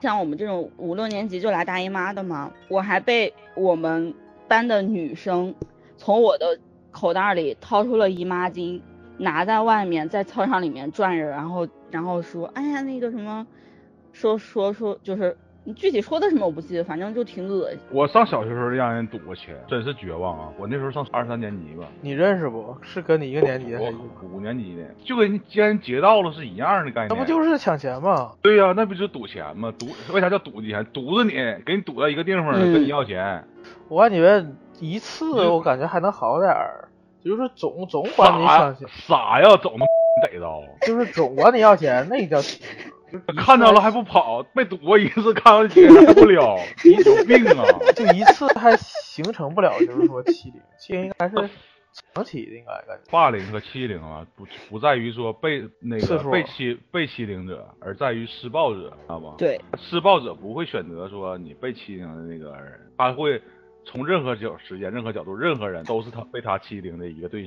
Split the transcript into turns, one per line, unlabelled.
像我们这种五六年级就来大姨妈的嘛，我还被我们班的女生从我的口袋里掏出了姨妈巾，拿在外面在操场里面转着，然后然后说，哎呀那个什么，说说说就是具体说的什么我不记得，反正就挺恶心。
我上小学时候让人堵过钱，真是绝望啊！我那时候上二三年级吧，
你认识不？是跟你一个年级的
我
还是一个？
五年级的，就跟既然劫道了是一样的概念。
那不就是抢钱吗？
对呀、那不就赌钱吗？赌为啥叫赌钱？堵着你，给你堵到一个地方，
嗯
跟你要钱，
我感觉一次
嗯
我感觉还能好点儿，就是总总管你
傻
抢钱，
傻呀， 总能逮 着，
就是总管你要钱，那叫抢
看着了还不跑，被堵过一次，看完钱还不了， 你有病啊！
就一次还形成不了，就是说欺凌，欺凌应该是长期的，应该感觉。
霸凌和欺凌啊，不不在于说被那
次
个
数啊
被欺被欺凌者，而在于施暴者，知道吗？
对，
施暴者不会选择说你被欺凌的那个人，他会从任何角时间、任何角度、任何人都是他被他欺凌的一个对象。